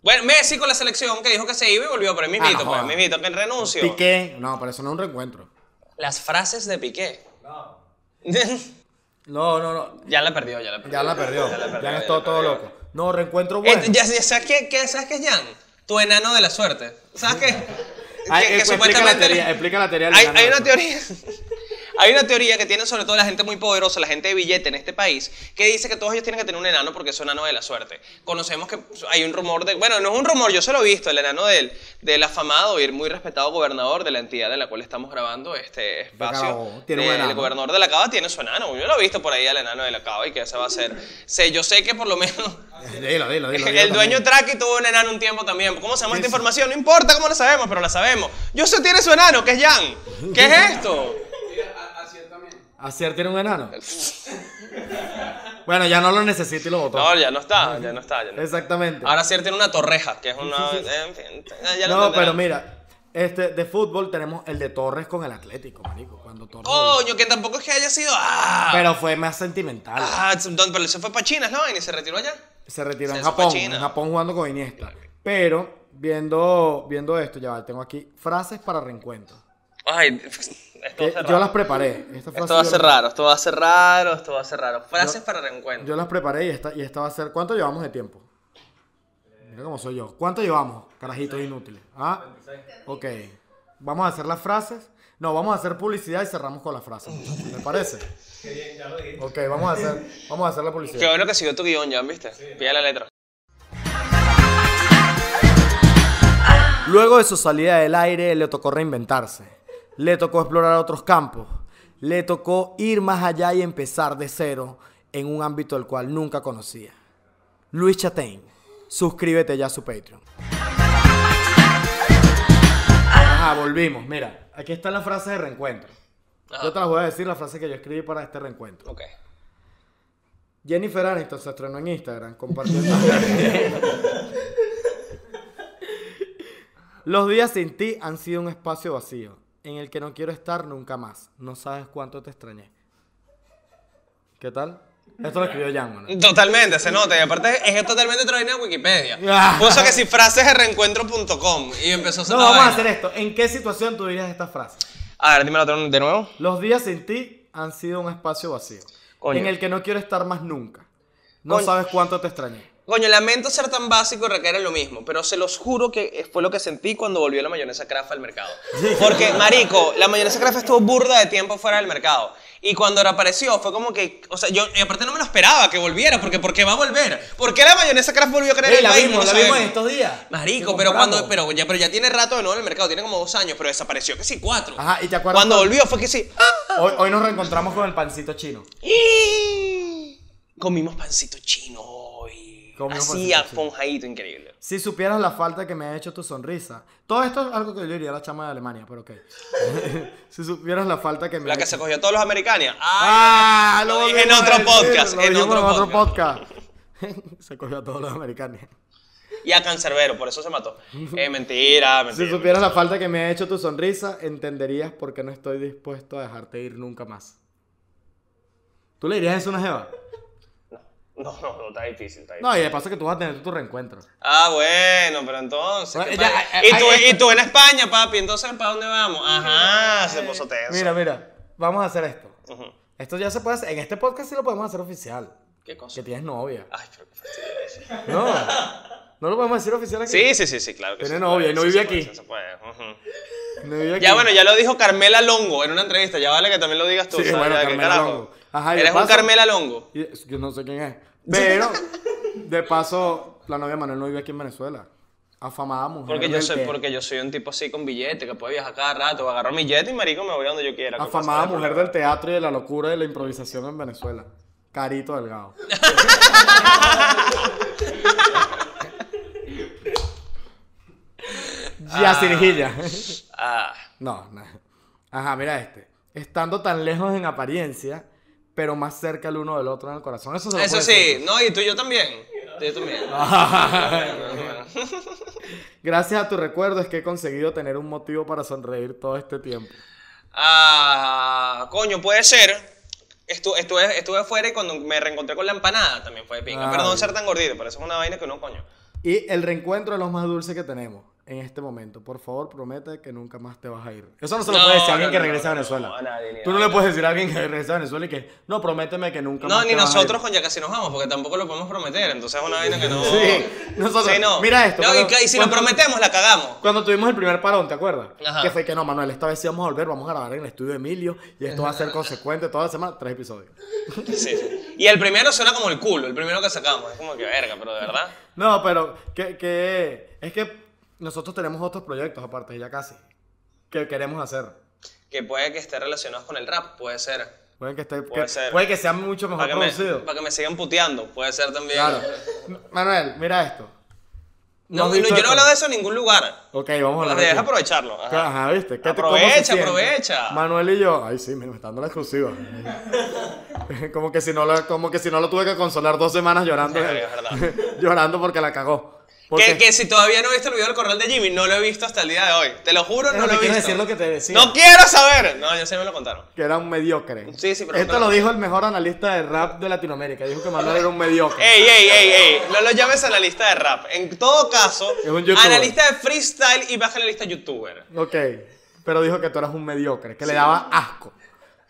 B: Bueno, Messi con la selección que dijo que se iba y volvió, pero es mi
A: Ah, no
B: mito, pues,
A: jodas.
B: mi mito, que renuncio.
A: Piqué. No, pero eso no es un reencuentro.
B: Las frases de Piqué.
A: No, no, no.
B: *laughs* ya la perdió, ya la perdió.
A: Ya la perdió. Ya,
B: la perdió,
A: han
B: ya
A: estado
B: la
A: todo
B: perdió.
A: loco. No, reencuentro
B: Eh,
A: bueno.
B: ya, ya- ¿sabes, qué, qué- ¿Sabes qué es Jan? Tu enano de la suerte. ¿Sabes qué?
A: Ay,
B: Que- que
A: eh, explica la teoría.
B: le-
A: Explica la teoría. del
B: hay,
A: enano
B: hay
A: de
B: una
A: la
B: teoría. *laughs* Hay una teoría que tiene sobre todo la gente muy poderosa, la gente de billete en este país, que dice que todos ellos tienen que tener un enano porque es un enano de la suerte. Conocemos que hay un rumor de. Bueno, no es un rumor, yo se lo he visto, el enano del, del afamado y muy respetado gobernador de la entidad de la cual estamos grabando este espacio.
A: Cabo, tiene un
B: de-
A: enano.
B: El gobernador de la Cava tiene su enano. Yo lo he visto por ahí al enano de la Cava y que ese va a ser. Sé, yo sé que por lo menos.
A: Dilo, dilo, dilo. dilo
B: El
A: también.
B: dueño Traki tuvo un enano un tiempo también. ¿Cómo se llama esta información? No importa cómo la sabemos, pero la sabemos. Yo sé tiene su enano, que es Jan. ¿Qué es *laughs* esto?
A: Acier tiene un enano. bueno, ya no lo necesito y lo votó.
B: No, ya no está, ya no está. ya no está.
A: Exactamente.
B: Ahora sí él tiene una torreja, que es una. eh, En fin, ya lo
A: no,
B: entenderán.
A: pero mira. Este, de fútbol tenemos el de Torres con el Atlético, marico. Cuando Torres.
B: Coño, que tampoco es que haya sido. ¡Ah!
A: Pero fue más sentimental.
B: Ah, don- pero se fue para China, ¿no? Y se retiró allá.
A: Se retiró
B: Se
A: en
B: fue a
A: Japón.
B: China.
A: En Japón jugando con Iniesta. Pero, viendo, viendo esto, ya va, tengo aquí frases para reencuentro.
B: Ay, esto va
A: Que
B: a ser
A: yo las
B: raro.
A: preparé. Esta frase
B: Esto va a
A: yo
B: ser
A: la-
B: raro, esto va a ser raro, esto va a ser raro. Frases para reencuentro.
A: Yo las preparé y esta, y esta va a ser. ¿Cuánto llevamos de tiempo? Mira cómo soy yo. ¿Cuánto llevamos? Carajitos inútiles. Ah, ok. Vamos a hacer las frases. No, vamos a hacer publicidad y cerramos con las frases. ¿Me parece? Ok, vamos a hacer, vamos a hacer la
B: Qué
A: publicidad.
B: bueno que siguió tu guión, Jan, ¿viste? Pilla la letra.
A: Luego de su salida del aire, le tocó reinventarse. Le tocó explorar otros campos. Le tocó ir más allá y empezar de cero en un ámbito del cual nunca conocía. Luis Chatein, suscríbete ya a su Patreon. Ajá, volvimos. Mira, aquí está la frase de reencuentro.
B: Ajá.
A: Yo te las voy a decir, la frase que yo escribí para este reencuentro.
B: Ok.
A: Jennifer Aniston se estrenó en Instagram compartiendo. Los días sin ti han sido un espacio vacío, en el que no quiero estar nunca más. No sabes cuánto te extrañé. ¿Qué tal? Esto lo escribió Django, ¿no?
B: Totalmente, se nota. Y aparte es totalmente otra vaina de Wikipedia. Puso que si frases de reencuentro.com y empezó a hacer
A: Ah. No,
B: una
A: vamos a
B: vaina.
A: hacer esto. ¿En qué situación tú dirías esta frase?
B: A ver, dímelo otro de nuevo.
A: Los días sin ti han sido un espacio vacío.
B: Coño.
A: En el que no quiero estar más nunca. No
B: Coño.
A: sabes cuánto te extrañé.
B: Coño, lamento ser tan básico y recaer en lo mismo, pero se los juro que fue lo que sentí cuando volvió la mayonesa crafa al mercado. Porque, marico, la mayonesa crafa estuvo burda de tiempo fuera del mercado. Y cuando reapareció fue como que, o sea, yo y aparte no me lo esperaba que volviera, porque ¿por qué va a volver? ¿Por qué la mayonesa craft volvió a creer
A: Ey,
B: el
A: la
B: país?
A: vimos,
B: No
A: la
B: sabemos.
A: vimos en estos días.
B: Marico,
A: Que
B: pero cuando,
A: compramos.
B: pero ya, pero ya tiene rato de nuevo en el mercado, tiene como dos años, pero desapareció que sí cuatro.
A: Ajá, ¿y te acuerdas
B: Cuando
A: cuando-
B: volvió fue que sí. ¡ah!
A: Hoy, hoy nos reencontramos con el pancito chino.
B: Y- Comimos pancito chino hoy.
A: Comimos
B: Así,
A: pancito chino.
B: aponjadito, increíble.
A: Si supieras la falta que me ha hecho tu sonrisa. Todo esto es algo que yo diría a la chama de Alemania, pero ok. *laughs* si supieras la falta que me ha
B: La que
A: hecho-
B: se cogió a todos los americanos.
A: ¡Ah!
B: Lo
A: volvimos
B: dije en
A: a
B: otro
A: decir,
B: podcast,
A: lo
B: en
A: dijimos
B: otro
A: en otro podcast. *laughs* se cogió a todos los americanos.
B: Y a Cancerbero, por eso se mató.
A: *laughs*
B: Eh, mentira, mentira.
A: Si supieras la falta que me ha hecho tu sonrisa, entenderías por qué no estoy dispuesto a dejarte ir nunca más. ¿Tú le dirías eso a una jeva?
B: No, no, no, está difícil, está difícil.
A: No, y de paso que tú vas a tener tu reencuentro.
B: Ah, bueno, pero entonces. ¿qué
A: Ya,
B: pasa?
A: eh,
B: y, tú,
A: eh,
B: y tú en España, papi, entonces ¿para dónde vamos? Ajá, se puso tenso.
A: Mira, mira, vamos a hacer esto.
B: Ujú.
A: Esto ya se puede hacer. En este podcast sí lo podemos hacer oficial.
B: ¿Qué cosa?
A: Que tienes novia.
B: *laughs* Ay, pero qué fastidio eso.
A: No. No lo podemos decir oficial aquí.
B: Sí, sí, sí, sí, claro que
A: Tiene
B: sí.
A: novia
B: puede,
A: y no
B: sí
A: vive
B: se puede,
A: aquí.
B: sí se puede, ujú.
A: No vive aquí.
B: Ya bueno, ya lo dijo Carmela Longo en una entrevista, ya vale que también lo digas tú.
A: Sí,
B: o sea,
A: bueno,
B: ya, ¿qué
A: Carmela
B: carajo?
A: Longo. Ajá, y de
B: Eres un
A: paso-
B: Carmela Longo.
A: Y es- Yo no sé quién es. Pero, de paso, la novia de Manuel no vive aquí en Venezuela. Afamada mujer.
B: Porque yo,
A: del
B: soy,
A: té.
B: porque yo soy un tipo así con billete, que puede viajar cada rato. Agarro mi jet y marico me voy a donde yo quiera. ¿qué pasa?
A: Afamada mujer del teatro y de la locura y de la improvisación en Venezuela. Carito
B: *laughs*
A: Delgado. Yacirgilla.
B: Ah,
A: No, nada. Ajá, mira este. Estando tan lejos en apariencia, pero más cerca el uno del otro en el corazón. Eso, se lo
B: eso
A: puedo
B: sí,
A: decir.
B: no, y tú y yo también. Tú y yo también.
A: Ah. Gracias a tu recuerdo es que he conseguido tener un motivo para sonreír todo este tiempo.
B: Ah, coño, puede ser. Estu- estuve, estuve fuera y cuando me reencontré con la empanada también fue de pinga.
A: Ah,
B: Perdón
A: bien.
B: ser tan gordito, pero eso es una vaina que no, coño.
A: Y el reencuentro es lo más dulce que tenemos en este momento. Por favor, promete que nunca más te vas a ir. Eso no se lo
B: No,
A: puede decir a alguien
B: no,
A: que
B: no,
A: regrese a
B: no,
A: Venezuela.
B: no, a nadie, ni a
A: Tú no le
B: nadie.
A: puedes decir a alguien que regrese a Venezuela y que, no, prométeme que nunca
B: No,
A: más
B: ni
A: te vas a ir".
B: nosotros con Ya casi nos vamos, porque tampoco lo podemos prometer. Entonces es una vaina que no.
A: Sí, nosotros-
B: Sí, no.
A: mira esto,
B: No, y,
A: cuando-
B: que- y si lo
A: cuando-
B: prometemos,
A: *laughs*
B: la cagamos.
A: Cuando tuvimos el primer parón, ¿te acuerdas?
B: Ajá.
A: Que fue que no, Manuel, esta vez sí vamos a volver, vamos a grabar en el estudio de Emilio y esto va a ser consecuente toda la semana, tres episodios.
B: Sí, sí. Y el primero suena como el culo, el primero que sacamos. Es como que verga, pero de verdad.
A: No, pero que, que es que nosotros tenemos otros proyectos aparte, ya casi, que queremos hacer.
B: Que puede que esté relacionado con el rap, puede ser.
A: Pueden que, esté,
B: Puede
A: que-
B: ser.
A: puede que sea mucho mejor
B: Para que, me,
A: producido.
B: pa' que me sigan puteando, puede ser también.
A: Claro. Manuel, mira esto.
B: No,
A: has
B: no,
A: dicho
B: yo no
A: esto.
B: hablo de eso en ningún lugar.
A: Ok, vamos a hablar.
B: Deja
A: de ti.
B: aprovecharlo. ajá.
A: Ajá, ¿viste? ¿Qué te- cómo se
B: Aprovecha,
A: siente?
B: aprovecha.
A: Manuel y yo, ay sí, mira, me está dando la
B: *laughs*
A: exclusiva. como, que si no lo, como que si no lo tuve que consolar dos semanas llorando.
B: Sí, es verdad.
A: *laughs* llorando porque la cagó. Porque,
B: Que, que si todavía no viste el video del corral de Jimmy, no lo he visto hasta el día de hoy. Te lo juro,
A: Pero
B: no
A: te
B: lo he
A: quiero
B: visto.
A: decir lo que te decía.
B: No quiero saber. No, ya se me lo contaron.
A: que era un mediocre.
B: Sí, sí, pero-
A: Esto lo dijo el mejor analista de rap de Latinoamérica. Dijo que Manuel era un mediocre.
B: Ey, ey, ey, ey. No lo llames a la lista de rap. En todo caso,
A: Es un youtuber.
B: analista de freestyle y baja la lista youtuber.
A: Ok, pero dijo que tú eras un mediocre, que le daba asco.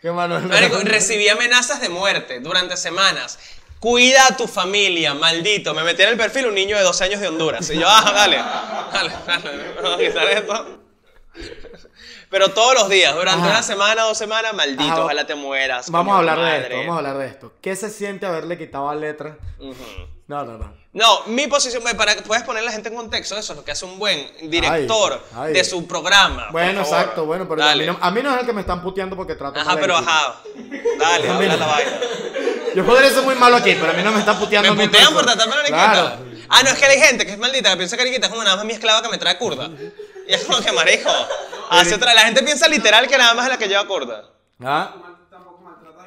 A: Que Manuel era *laughs*
B: Marico,
A: un-
B: recibí amenazas de muerte durante semanas. Cuida a tu familia, maldito. Me metí en el perfil un niño de 12 años de Honduras. Y yo, ah, dale. Dale, dale. Vamos a quitar esto. Pero todos los días, durante
A: Ajá.
B: una semana, dos semanas, maldito,
A: Ajá.
B: ojalá te mueras.
A: Vamos a
B: coño,
A: hablar de
B: madre.
A: esto, vamos a hablar de esto. ¿Qué se siente haberle quitado letra? No, no, no.
B: No, mi posición, me- para que puedas poner a la gente en contexto, eso es lo que hace un buen director
A: Ay, ay.
B: de su programa. por
A: Bueno,
B: favor.
A: exacto, bueno, pero a
B: Dale.
A: mí, no, a mí no es el que me están puteando porque trato
B: Ajá,
A: mal a
B: pero
A: equipo.
B: ajá. Dale, habla la vaina.
A: Yo podría ser muy malo aquí, pero a mí no me están puteando.
B: Me
A: mil
B: putean por
A: personas.
B: tratarme la
A: Claro.
B: Claro. Ah, no, es que hay gente que es maldita, que piensa que Ariquita es como nada más mi esclava que me trae curda. Y es como que marejo. Hace otra- la gente piensa literal que nada más es la que lleva curda.
A: ¿Ah?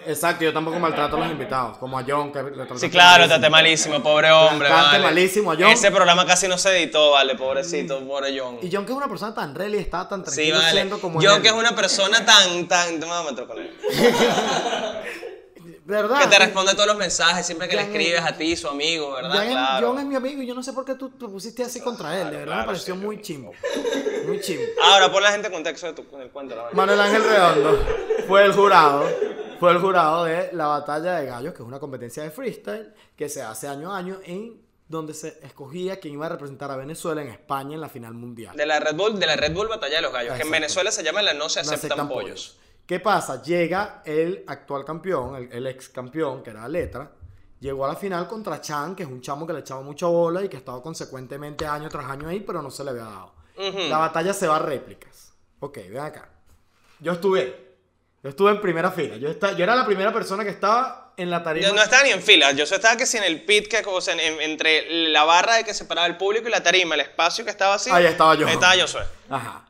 A: Exacto, yo tampoco maltrato a los invitados, como a John, que le trato
B: Sí, claro, traté malísimo, pobre hombre.
A: Trataste
B: vale.
A: malísimo a John.
B: Ese programa casi no se editó, vale, pobrecito, pobre John.
A: Y John, que es una persona tan real y está tan
B: Sí,
A: tranquilo
B: vale.
A: siendo como
B: Yo
A: él.
B: que es una persona tan, tan. No me meto con él.
A: ¿Verdad?
B: Que te responde todos los mensajes siempre que le
A: Jan-
B: escribes a ti, su amigo, ¿verdad?
A: Jan es-
B: claro.
A: John es mi amigo y yo no sé por qué tú te pusiste así contra él. De verdad me
D: claro,
A: pareció
D: sí,
A: muy
D: yo-
A: chimbo. Muy chimbo.
B: Ahora pon la gente en contexto de tu, del cuento. la vaina.
A: Manuel Ángel Redondo fue el jurado, fue el jurado de la Batalla de Gallos, que es una competencia de freestyle que se hace año a año en donde se escogía quién iba a representar a Venezuela en España en la final mundial.
B: De la Red Bull, de la Red Bull Batalla de los Gallos, que en
A: Exacto.
B: Venezuela se llama la No se
A: No
B: aceptan,
A: aceptan
B: pollos.
A: ¿Qué pasa? Llega el actual campeón, el, el ex campeón, que era Letra, llegó a la final contra Chan, que es un chamo que le echaba mucha bola y que ha estado consecuentemente año tras año ahí, pero no se le había dado.
B: Ujú.
A: La batalla se va a réplicas. Ok, ven acá. Yo estuve ahí. Yo estuve en primera fila. Yo, esta- yo era la primera persona que estaba en la tarima.
B: Yo no estaba ni en fila, yo solo estaba que si en el pit, que, o sea, en- entre la barra de que separaba el público y la tarima, el espacio que estaba así.
A: Ahí estaba yo.
B: Ahí estaba yo solo.
A: Ajá.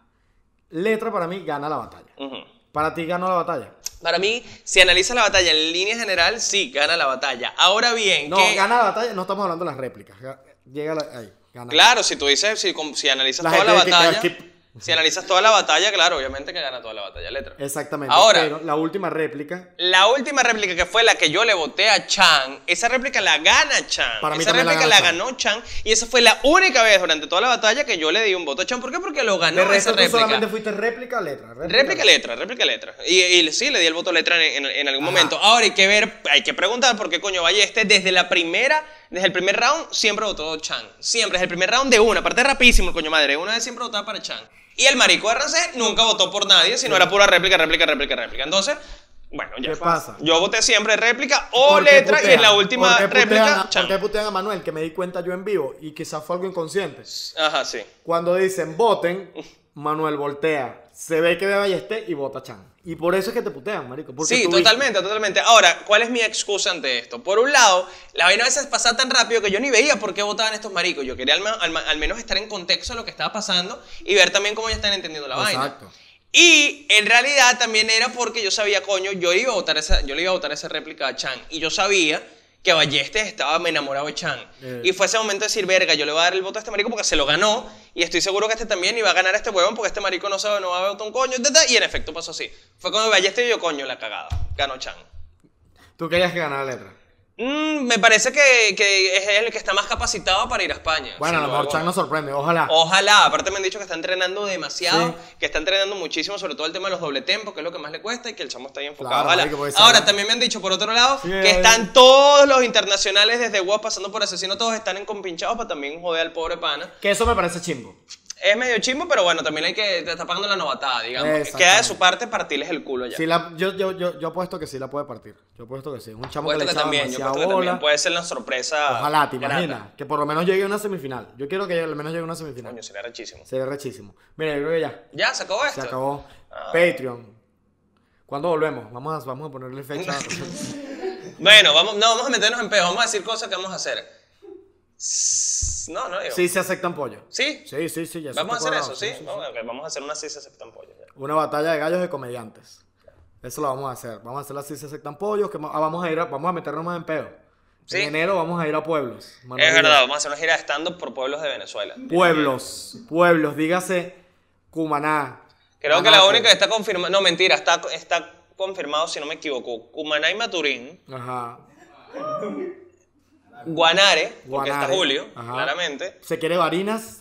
A: Letra para mí gana la batalla.
B: Ujú.
A: Para ti ganó la batalla.
B: Para mí, si analizas la batalla en línea general, sí, gana la batalla. Ahora bien,
A: No,
B: que-
A: gana la batalla. No estamos hablando de las réplicas. Ga- Llega la- ahí. Gana.
B: Claro, si tú dices, si, com- si analizas
A: La
B: toda la
A: gente que
B: batalla,
A: queda skip.
B: si analizas toda la batalla, claro, obviamente que gana toda la batalla letra.
A: Exactamente.
B: Ahora.
A: Pero la última réplica.
B: La última réplica que fue la que yo le voté a Chan, esa réplica la gana Chan.
A: Para mí
B: esa
A: también la
B: réplica la,
A: gana Chan.
B: ganó Chan y esa fue la única vez durante toda la batalla que yo le di un voto a Chan. ¿Por qué? Porque lo ganó
A: de resto,
B: esa
A: tú
B: réplica.
A: solamente fuiste réplica, letra.
B: Réplica letra, réplica letra. Y, y sí, le di el voto a letra en, en- en algún
A: Ajá.
B: momento. Ahora hay que ver, hay que preguntar por qué coño Balleste desde la primera, desde el primer round, siempre votó Chan. Siempre, desde el primer round de una, aparte rapidísimo el coño madre, una vez siempre votaba para Chan. Y el marico de RC nunca votó por nadie, sino era pura réplica, réplica, réplica, réplica. Entonces, bueno, ya.
A: ¿Qué pasa?
B: Yo voté siempre réplica o
A: ¿Por qué
B: letra y en
A: putean?
B: la última
A: ¿Por qué putean
B: réplica
A: a-
B: Chan.
A: ¿Por qué putean a Manuel? Que me di cuenta yo en vivo y quizás fue algo inconsciente.
B: Ajá, sí.
A: Cuando dicen voten, Manuel voltea. Se ve que ve a Ballester y vota a Chan. Y por eso es que te putean, marico. porque
B: Sí,
A: tú viste.
B: totalmente, totalmente. Ahora, ¿cuál es mi excusa ante esto? Por un lado, la vaina a veces pasaba tan rápido que yo ni veía por qué votaban estos maricos. Yo quería al, ma- al ma- al menos estar en contexto de lo que estaba pasando y ver también cómo ya están entendiendo la
A: Exacto.
B: vaina. Y en realidad también era porque yo sabía, coño, yo iba a votar esa, yo le iba a votar esa réplica a Chan. Y yo sabía que Ballestes estaba enamorado de Chan.
A: Eh.
B: Y fue ese momento de decir, verga, yo le voy a dar el voto a este marico porque se lo ganó. Y estoy seguro que este también iba a ganar a este huevón porque este marico no sabe, no va a votar un coño. ta, ta. Y en efecto pasó así. Fue cuando Ballestes y yo, coño, la cagada. Ganó Chan.
A: Tú querías que ganara letra.
B: Mm, me parece que, que es el que está más capacitado para ir a España.
A: Bueno, a
B: sin
A: lo
B: lugar
A: mejor
B: a
A: Chan
B: dudas.
A: nos sorprende, ojalá.
B: Ojalá, aparte me han dicho que está entrenando demasiado,
A: Sí.
B: que está entrenando muchísimo, sobre todo el tema de los doble tempos, que es lo que más le cuesta y que el chamo está ahí enfocado.
A: Claro,
B: Ojalá.
A: marico, porque se
B: Ahora,
A: va.
B: también me han dicho, por otro lado,
A: Sí,
B: que
A: eh.
B: están todos los internacionales desde WOS pasando por asesino, todos están encompinchados para también joder al pobre pana.
A: Que eso me parece chimbo.
B: Es medio chimbo, pero bueno, también hay que, te está pagando la novatada, digamos.
A: Exactamente.
B: Queda de su parte partirles el culo ya.
A: Sí la- yo, yo, yo, yo apuesto que sí la puede partir. Yo apuesto que sí. Es un chamo que
B: Puesto
A: le
B: que
A: echaba
B: también, yo
A: demasiada
B: puesto que también
A: bola.
B: puede ser la sorpresa.
A: Ojalá, te
B: grata.
A: imaginas. Que por lo menos llegue a una semifinal. Yo quiero que al menos llegue a una semifinal.
B: Coño, sería rechísimo.
A: Sería rechísimo. Mira, yo creo que ya.
B: Ya, se acabó
A: Se
B: esto.
A: acabó.
B: Ah.
A: Patreon. ¿Cuándo volvemos? Vamos a, vamos a ponerle
B: *laughs*
A: fecha.
B: Bueno, vamos, no, vamos a meternos en pedo, vamos a decir cosas que vamos a hacer. S- No, no digo.
A: sí, se aceptan pollo.
B: ¿Sí?
A: Sí, sí, sí. Ya se
B: Vamos a
A: está
B: hacer
A: acordado.
B: eso, ¿sí? Vamos, ok, vamos a hacer una sí se aceptan pollo. ya.
A: Una batalla de gallos de comediantes. Eso lo vamos a hacer. Vamos a hacer así se aceptan pollos. Que ma- ah, vamos a ir a, vamos a meternos más en peo.
B: Sí.
A: En enero vamos a ir a pueblos. Manuel
B: Es
A: Díaz.
B: verdad, vamos a hacer una gira de stand-up por pueblos de Venezuela.
A: Pueblos, pueblos, dígase Cumaná.
B: Creo que la
A: Manaco.
B: única que está confirmada, no, mentira, está, está confirmado, si no me equivoco, Cumaná y Maturín,
A: Ajá.
B: Guanare, porque está
A: Guanare,
B: Julio,
A: ajá.
B: claramente.
A: Se quiere varinas.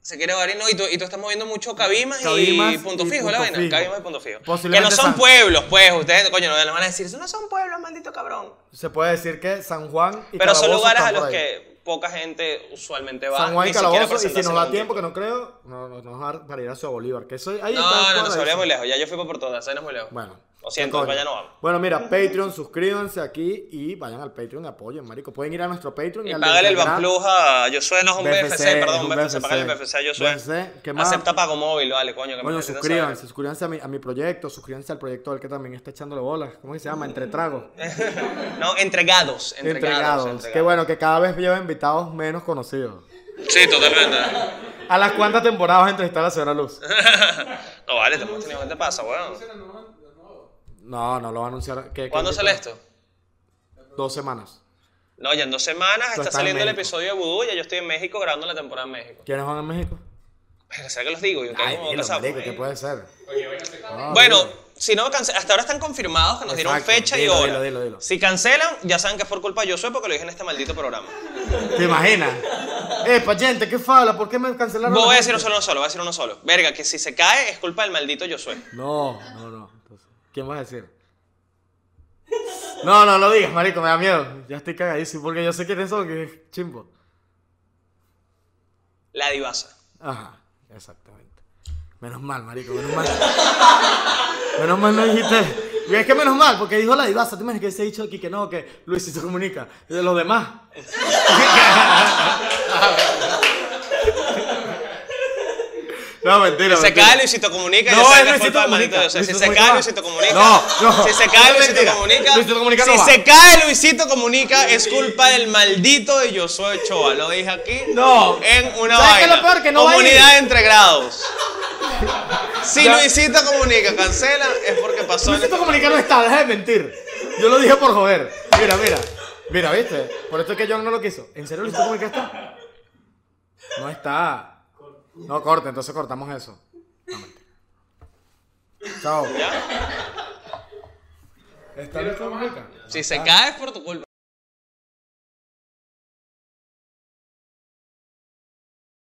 B: Se quiere Barino y tú, y tú estás moviendo mucho Cabimas,
A: Cabimas
B: y
A: y
B: Punto
A: Punto
B: Fijo, la vaina.
A: Fijo.
B: Cabimas y Punto Fijo. Que no
A: Posiblemente
B: son
A: San-
B: pueblos, pues. Ustedes, coño, no les van a decir, eso no son pueblos, maldito cabrón.
A: Se puede decir que San Juan y
B: Pero son
A: Calabozo
B: lugares a
A: están
B: los
A: por ahí.
B: que poca gente usualmente va.
A: San Juan y
B: ni siquiera
A: Calabozo, y si
B: presentarse
A: nos da
B: ningún
A: tiempo,
B: tipo.
A: que no creo, no, no, nos va para ir a Ciudad Bolívar. Que eso, ahí está
B: No, no, no, se volvía
A: cuadradísimo.
B: muy lejos. Ya yo fui para Puerto Danza, no es muy lejos.
A: Bueno.
B: Lo siento,
A: ¿qué coño?
B: para allá no vamos.
A: Bueno, mira, Patreon, suscríbanse aquí y vayan al Patreon, apoyen, marico. Pueden ir a nuestro Patreon
B: Y
A: al
B: págale el
A: del canal.
B: Banplus a Josué, no es un BFC, perdón,
A: un
B: BFC, págale el BFC a Josué.
A: BFC, ¿qué más?
B: Acepta pago móvil, vale, coño, que me
A: Bueno,
B: necesitan
A: suscríbanse, suscríbanse a mi, a mi proyecto, suscríbanse al proyecto del que también está echándole bolas. ¿Cómo que se llama? Entre tragos.
B: saber. No, entregados, entregados.
A: Entregados. Qué bueno que cada vez lleva invitados menos conocidos.
B: Sí, totalmente.
A: ¿A las cuántas temporadas entrevistar a la señora Luz?
B: No, vale, te muestro qué te pasa, weón.
A: *laughs* No, no lo va a anunciar. ¿Qué- qué-
B: ¿Cuándo
A: qué-
B: sale esto?
A: Dos semanas.
B: No, ya en dos semanas está
A: estás en
B: saliendo el
A: México.
B: episodio de Vudú, ya yo estoy en México grabando la temporada en México.
A: ¿Quiénes van a México?
B: Pero ¿será que los digo? Yo tengo
A: Ay,
B: como
A: dilo,
B: casado,
A: marico, ¿qué
B: ¿eh?
A: puede ser? No,
B: Bueno,
A: dilo.
B: si no cancelan, hasta ahora están confirmados que nos dieron
A: Ah, Exacto.
B: fecha
A: Dilo,
B: y hora.
A: dilo, dilo, dilo.
B: Si cancelan, ya saben que es por culpa de Josué porque lo dije en este maldito programa.
A: ¿Te imaginas? Epa, gente, ¿qué fala? ¿Por qué me cancelaron?
B: Voy
A: la
B: a decir
A: gente?
B: uno solo, voy a decir uno solo. Verga, que si se cae es culpa del maldito Josué.
A: No, no, no. Entonces, ¿Quién vas a decir? No, no lo digas, marico, me da miedo. Ya estoy cagadísimo porque yo sé quiénes son, que es chimbo.
B: La divasa.
A: Ajá, exactamente. Menos mal, marico, menos mal. *laughs* menos mal no dijiste. Y es que menos mal, porque dijo la divasa. Tú me que se ha dicho aquí que no, que Luisito comunica. Y de los demás. no, mentira.
B: Si se
A: mentira.
B: cae Luisito Comunica,
A: No,
B: ya saben
A: es
B: que es
A: Luisito
B: culpa del maldito
A: Comunica.
B: Josué. Si
A: Luisito
B: se
A: Comunica.
B: cae Luisito Comunica.
A: No, no.
B: Si se cae
A: No,
B: Luisito
A: mentira.
B: Comunica.
A: Luisito Comunica no
B: Si
A: va.
B: se cae Luisito Comunica, es culpa del maldito de Josué Ochoa. Lo dije aquí.
A: No.
B: En una
A: ¿Sabes qué es
B: vaina.
A: lo peor? Que no va a ir.
B: Comunidad entre grados. Si
A: Ya.
B: Luisito Comunica cancela, es porque pasó. en
A: Luisito
B: este-
A: Comunica no está, deja de mentir. Yo lo dije por joder. Mira, mira. Mira, ¿viste? Por esto es que John no lo quiso. ¿En serio Luisito Comunica está? No está. No corte, entonces cortamos eso. No, mentira. Chao.
B: ¿Ya?
A: ¿Está Luisito Comunica?
B: Si se cae es por tu culpa.